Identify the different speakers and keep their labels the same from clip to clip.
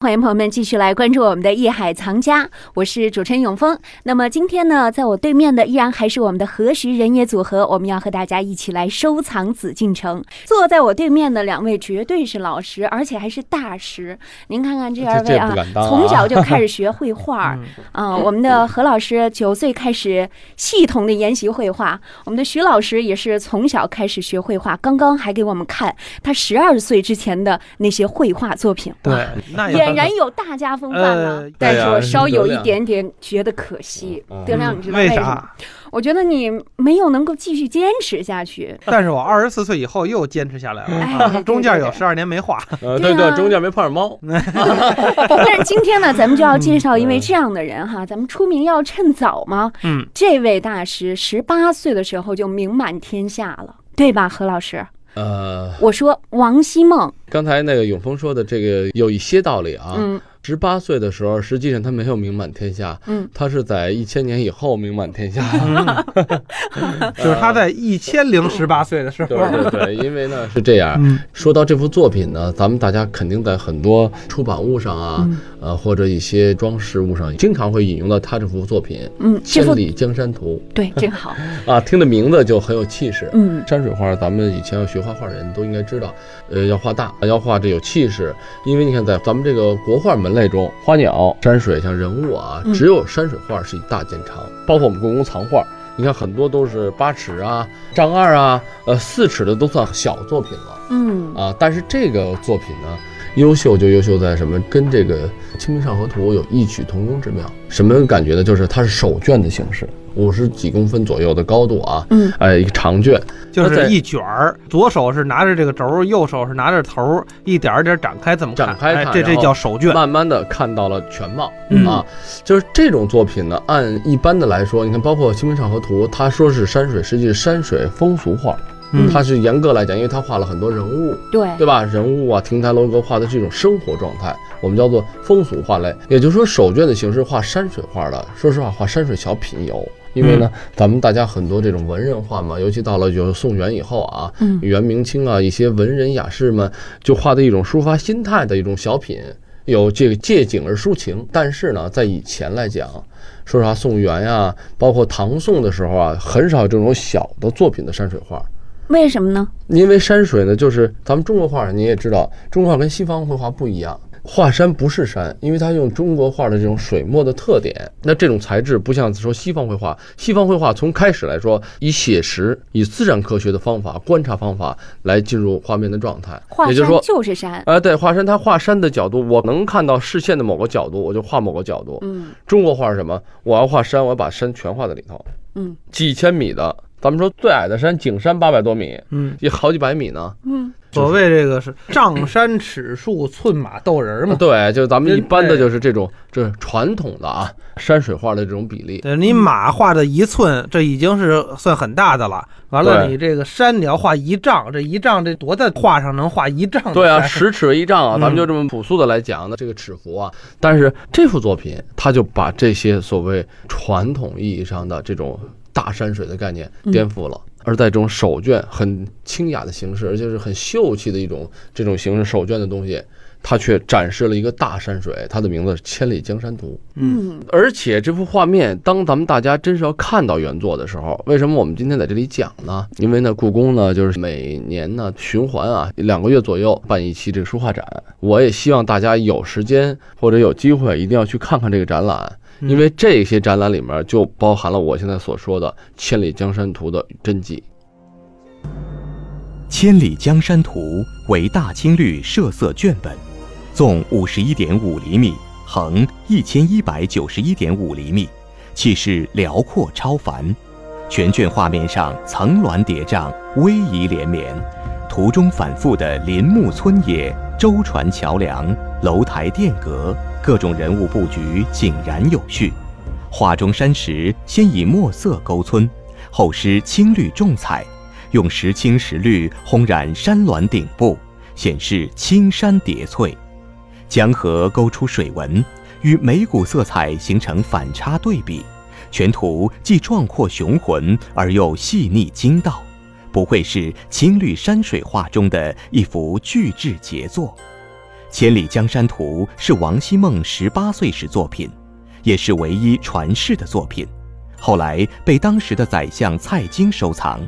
Speaker 1: 欢迎朋友们继续来关注我们的《艺海藏家》，我是主持人永峰。那么今天呢，在我对面的依然还是我们的何时人也组合，我们要和大家一起来收藏紫禁城。坐在我对面的两位绝对是老师，而且还是大师。您看看这二位啊，
Speaker 2: 这这不敢当啊
Speaker 1: 从小就开始学绘画儿
Speaker 2: 嗯
Speaker 1: 啊、我们的何老师九岁开始系统的研习绘画，我们的徐老师也是从小开始学绘画，刚刚还给我们看他十二岁之前的那些绘画作品。
Speaker 3: 对，哎那也
Speaker 1: 俨然有大家风范了，
Speaker 3: 呃
Speaker 1: 但是
Speaker 2: 对啊
Speaker 1: 我稍有一点点觉得可惜。
Speaker 2: 嗯
Speaker 1: 德亮，你知道
Speaker 3: 为
Speaker 1: 什么？
Speaker 3: 啥？
Speaker 1: 我觉得你没有能够继续坚持下去。
Speaker 3: 但是我二十四岁以后又坚持下来了，啊
Speaker 1: 哎，对
Speaker 3: 中间有
Speaker 1: 对
Speaker 3: 十二年没画。
Speaker 2: 呃，
Speaker 1: 对
Speaker 2: 对
Speaker 1: 啊嗯
Speaker 2: 对，中间没碰上猫，
Speaker 1: 对但是今天呢，咱们就要介绍一位
Speaker 2: 嗯
Speaker 1: 这样的人 哈，咱们出名要趁早嘛。
Speaker 3: 嗯，
Speaker 1: 这位大师十八岁的时候就名满天下了，对吧，何老师？
Speaker 2: 呃，
Speaker 1: 我说王希孟，
Speaker 2: 刚才那个永峰说的这个有一些道理啊。
Speaker 1: 嗯
Speaker 2: 十八岁的时候，实际上他没有名满天下，
Speaker 1: 嗯，
Speaker 2: 他是在一千年以后名满 天下。
Speaker 3: 就是他在一千零十八岁的时候
Speaker 2: 对，对对，因为呢是这样。
Speaker 3: 嗯，
Speaker 2: 说到这幅作品呢，咱们大家肯定在很多出版物上啊，
Speaker 1: 嗯
Speaker 2: 呃或者一些装饰物上，经常会引用到他这幅作品《
Speaker 1: 嗯，这幅
Speaker 2: 千里江山图
Speaker 1: 对真好，》
Speaker 2: 啊，听的名字就很有气势。
Speaker 1: 嗯
Speaker 2: 山水画，咱们以前要学画画的人都应该知道，呃，要画大，要画这有气势。因为你看，在咱们这个国画门类中，花鸟、山水像人物啊
Speaker 1: 嗯，
Speaker 2: 只有山水画是以大见长，包括我们故宫藏画。你看，很多都是八尺啊、丈二啊、呃四尺的都算小作品了
Speaker 1: 嗯
Speaker 2: 啊。但是这个作品呢，优秀就优秀在什么？跟这个《清明上河图》有异曲同工之妙。什么感觉呢？就是它是手卷的形式，五十几公分左右的高度啊，
Speaker 1: 嗯
Speaker 2: 哎，一个长卷。
Speaker 3: 就是一卷儿，左手是拿着这个轴，右手是拿着头儿，一点儿一点儿展开，怎么看
Speaker 2: 展开
Speaker 3: 哎
Speaker 2: 看
Speaker 3: 这这
Speaker 2: 然后
Speaker 3: 叫手卷。
Speaker 2: 慢慢的看到了全貌、
Speaker 3: 嗯
Speaker 2: 啊，就是这种作品呢，按一般的来说，你看，包括《清明上河图》，他说是山水，实际是山水风俗画，
Speaker 3: 嗯
Speaker 2: 它是严格来讲，因为他画了很多人物，
Speaker 1: 对
Speaker 2: 对吧？人物啊，亭台楼阁画的这种生活状态，我们叫做风俗画类。也就是说，手卷的形式画山水画的，说实话，画山水小品有。因为
Speaker 1: 嗯
Speaker 2: 呢，咱们大家很多这种文人画嘛，尤其到了有宋元以后啊，
Speaker 1: 嗯
Speaker 2: 元明清啊，一些文人雅士们就画的一种抒发心态的一种小品，有这个借景而抒情。但是呢，在以前来讲，说实话，宋元呀、包括唐宋的时候啊，很少有这种小的作品的山水画。
Speaker 1: 为什么呢？
Speaker 2: 因为山水呢，就是咱们中国画，你也知道，中国画跟西方绘画不一样。画山不是山，因为它用中国画的这种水墨的特点，那这种材质不像说西方绘画。西方绘画从开始来说，以写实、以自然科学的方法、观察方法来进入画面的状态，
Speaker 1: 华
Speaker 2: 也就是
Speaker 1: 山
Speaker 2: 说，
Speaker 1: 就是山，
Speaker 2: 啊，对，画山，它画山的角度，我能看到视线的某个角度，我就画某个角度。
Speaker 1: 嗯
Speaker 2: 中国画是什么？我要画山，我要把山全画在里头，
Speaker 1: 嗯
Speaker 2: 几千米的，咱们说最矮的山景山八百多米，
Speaker 3: 嗯，
Speaker 2: 也好几百米呢。
Speaker 1: 嗯，
Speaker 3: 所谓这个是丈山尺树，寸马斗嗯人儿嘛。
Speaker 2: 对，就是咱们一
Speaker 3: 真
Speaker 2: 般的
Speaker 3: 对
Speaker 2: 就是这种，这是传统的啊山水画的这种比例。
Speaker 3: 对你马画的一寸，这已经是算很大的了。完了，
Speaker 2: 对
Speaker 3: 你这个山你要画一丈，这一丈这多大画上能画一丈的山？
Speaker 2: 对啊，十尺为一丈啊，
Speaker 3: 嗯
Speaker 2: 咱们就这么朴素的来讲的这个尺幅啊。但是这幅作品，它就把这些所谓传统意义上的这种大山水的概念
Speaker 1: 嗯
Speaker 2: 颠覆了。而在这种手卷很清雅的形式，而且是很秀气的一种这种形式手卷的东西，它却展示了一个大山水，它的名字是《千里江山图》。
Speaker 1: 嗯
Speaker 2: 而且这幅画面，当咱们大家真是要看到原作的时候，为什么我们今天在这里讲呢？因为呢，故宫呢就是每年呢循环啊两个月左右办一期这个书画展，我也希望大家有时间或者有机会一定要去看看这个展览。因为这些展览里面就包含了我现在所说的《千里江山图》的真迹。
Speaker 4: 《千里江山图》为大青绿设色卷本，纵五十一点五厘米，横一千一百九十一点五厘米，气势辽阔超凡。全卷画面上层峦叠嶂，逶迤连绵，途中反复的林木村野、舟船桥梁、楼台殿阁，各种人物布局井然有序。画中山石先以墨色勾皴，后施青绿重彩，用时青时绿烘染山峦顶部，显示青山叠翠。江河勾出水纹，与眉骨色彩形成反差对比。全图既壮阔雄浑而又细腻精到，不愧是青绿山水画中的一幅巨制杰作。 《千里江山图》是王希孟十八岁时作品，也是唯一传世的作品，后来被当时的宰相蔡京收藏。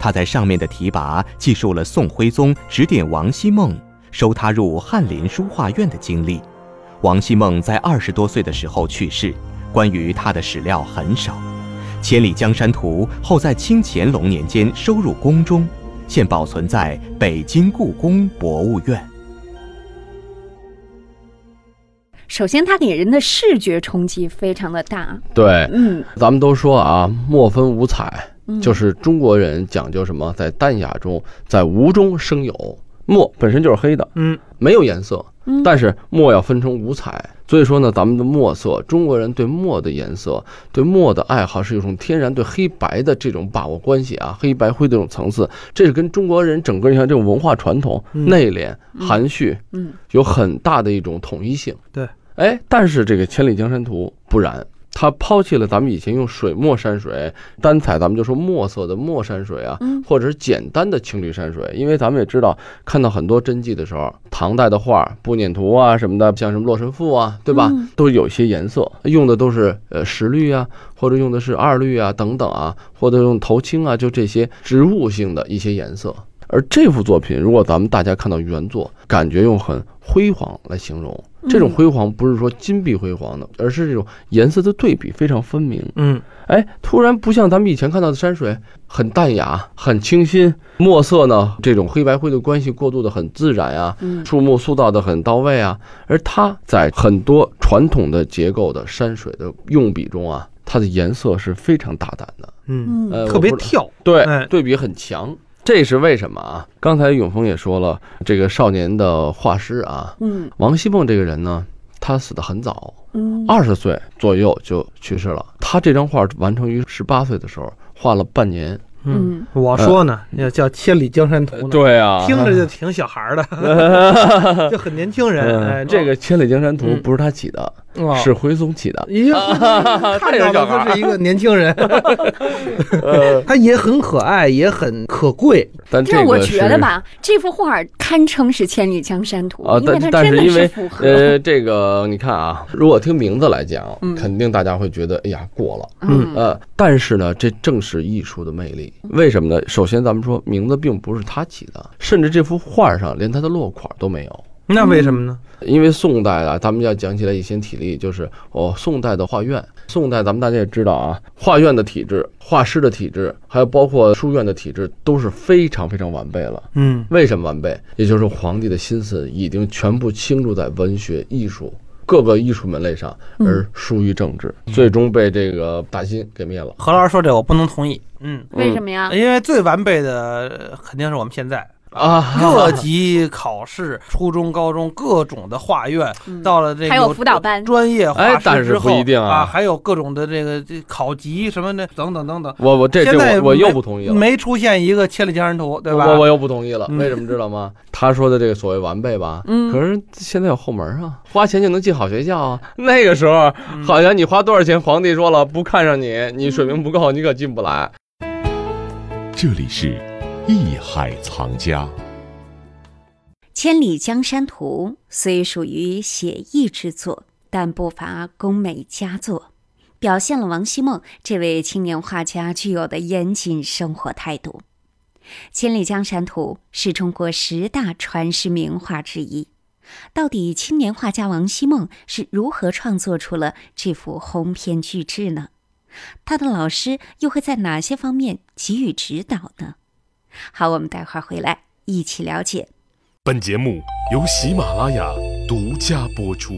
Speaker 4: 他在上面的题跋记述了宋徽宗指点王希孟收他入翰林书画院的经历。王希孟在二十多岁的时候去世，关于他的史料很少。《千里江山图》后在清乾隆年间收入宫中，现保存在北京故宫博物院。
Speaker 1: 首先，它给人的视觉冲击非常的大。
Speaker 2: 对，
Speaker 1: 嗯，
Speaker 2: 咱们都说啊，墨分五彩，
Speaker 1: 嗯
Speaker 2: 就是中国人讲究什么，在淡雅中，在无中生有。墨本身就是黑的，
Speaker 3: 嗯，
Speaker 2: 没有颜色，
Speaker 1: 嗯
Speaker 2: 但是墨要分成五彩，所以说呢，咱们的墨色，中国人对墨的颜色、对墨的爱好是有种天然对黑白的这种把握关系啊，黑白灰的这种层次，这是跟中国人整个你看这种文化传统、
Speaker 3: 嗯
Speaker 2: 内敛、含蓄
Speaker 1: 嗯，
Speaker 2: 有很大的一种统一性。
Speaker 3: 对，
Speaker 2: 哎，但是这个《千里江山图》不然。它抛弃了咱们以前用水墨山水单彩，咱们就说墨色的墨山水啊，
Speaker 1: 嗯
Speaker 2: 或者是简单的青绿山水，因为咱们也知道，看到很多真迹的时候，唐代的画、步辇图啊什么的，像什么《洛神赋》啊，对吧？
Speaker 1: 嗯
Speaker 2: 都有一些颜色，用的都是呃石绿啊，或者用的是二绿啊等等啊，或者用头青啊，就这些植物性的一些颜色。而这幅作品，如果咱们大家看到原作，感觉用很辉煌来形容，这种
Speaker 1: 嗯
Speaker 2: 辉煌不是说金碧辉煌的，而是这种颜色的对比非常分明。
Speaker 3: 嗯，
Speaker 2: 哎，突然不像咱们以前看到的山水，很淡雅、很清新，墨色呢，这种黑白灰的关系过渡的很自然啊，
Speaker 1: 嗯
Speaker 2: 树木塑造的很到位啊。而它在很多传统的结构的山水的用笔中啊，它的颜色是非常大胆的，
Speaker 1: 嗯
Speaker 3: 嗯，
Speaker 2: 呃，
Speaker 3: 特别
Speaker 2: 我不知道
Speaker 3: 跳，哎
Speaker 2: 对，对比很强。这是为什么啊？刚才永峰也说了，这个少年的画师啊，
Speaker 1: 嗯
Speaker 2: 王希孟这个人呢，他死得很早，
Speaker 1: 嗯
Speaker 2: 二十岁左右就去世了。他这张画完成于十八岁的时候，画了半年。
Speaker 3: 嗯，
Speaker 1: 嗯
Speaker 3: 我说呢，要叫《千里江山图》呢，
Speaker 2: 对啊
Speaker 3: 听着就挺小孩儿的， 就很年轻人。哎，
Speaker 2: 嗯这个《千里江山图
Speaker 3: 嗯》
Speaker 2: 不是他起的，
Speaker 3: 哦
Speaker 2: 是徽宗起的。
Speaker 3: 咦，
Speaker 2: 这
Speaker 3: 看
Speaker 2: 是
Speaker 3: 到
Speaker 2: 小
Speaker 3: 的
Speaker 2: 孩儿呃
Speaker 3: 他是一个年 轻人， 他也很可爱，也很可贵。
Speaker 2: 但
Speaker 1: 这我
Speaker 2: 个
Speaker 1: 觉
Speaker 2: 是
Speaker 1: 得。吧，这幅画儿堪称是《千里江山图》
Speaker 2: 啊，
Speaker 1: 因为
Speaker 2: 但
Speaker 1: 它
Speaker 2: 但
Speaker 1: 真的
Speaker 2: 因为
Speaker 1: 符合。
Speaker 2: 呃，这个你看啊，如果听名字来讲，
Speaker 1: 嗯
Speaker 2: 肯定大家会觉得，哎呀，过了。
Speaker 1: 嗯
Speaker 2: 呃，但是呢，这正是艺术的魅力。为什么呢？首先，咱们说名字并不是他起的，甚至这幅画上连他的落款都没有。
Speaker 3: 那为什么呢？
Speaker 2: 因为宋代啊，咱们要讲起来一些体例，就是哦，宋代的画院，宋代咱们大家也知道啊，画院的体制、画师的体制，还有包括书院的体制，都是非常非常完备了。
Speaker 3: 嗯
Speaker 2: 为什么完备？也就是皇帝的心思已经全部倾注在文学、艺术各个艺术门类上，
Speaker 1: 嗯
Speaker 2: 而疏于政治，最终被这个大清给灭了。
Speaker 5: 何老师说这我不能同意，嗯，
Speaker 1: 为什么呀？
Speaker 2: 哎
Speaker 5: 因为最完备的呃肯定是我们现在
Speaker 2: 啊？
Speaker 5: 各级考试，初中、高中各种的画院，
Speaker 1: 嗯
Speaker 5: 到了这个
Speaker 1: 还有辅导班
Speaker 5: 专业
Speaker 2: 哎
Speaker 5: 画
Speaker 2: 但
Speaker 5: 室
Speaker 2: 是
Speaker 5: 之
Speaker 2: 不
Speaker 5: 后
Speaker 2: 一定啊
Speaker 5: 啊，还有各种的这个这考级什么的等等等等，
Speaker 2: 我我这这
Speaker 5: 现在
Speaker 2: 我我又
Speaker 5: 没
Speaker 2: 不同意了。
Speaker 5: 没出现一个千里江山图，对吧？
Speaker 2: 我我又不同意了，
Speaker 5: 嗯
Speaker 2: 为什么知道吗？他说的这个所谓完备吧，
Speaker 1: 嗯
Speaker 2: 可是现在有后门啊，花钱就能进好学校啊。那个时候
Speaker 5: 嗯
Speaker 2: 好像你花多少钱，皇帝说了不看上你，你水平不够，你可进不来。
Speaker 6: 这里是艺海藏家。
Speaker 7: 《千里江山图》虽属于写意之作，但不乏工美佳作，表现了王希孟这位青年画家具有的严谨生活态度。《千里江山图》是中国十大传世名画之一。到底青年画家王希孟是如何创作出了这幅鸿篇巨制呢？他的老师又会在哪些方面给予指导呢？好，我们待会儿回来一起了解。
Speaker 6: 本节目由喜马拉雅独家播出。